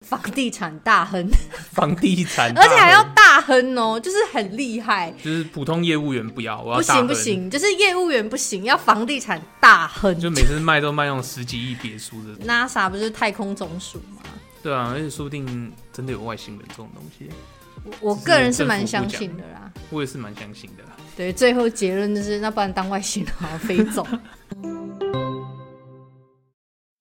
房地产大亨，房地产大而亨，且还要大亨哦，就是很厉害。就是普通业务员不要，我要不大行亨不，行，就是业务员不行，要房地产大亨。就每次卖都卖那种十几亿别墅的， NASA 不是太空总署吗？对啊，而且说不定真的有外星人这种东西，我我是个人是政府蛮不相讲信的啦。我也是蛮相信的啦。对，最后结论就是，那不然当外星人好飞走。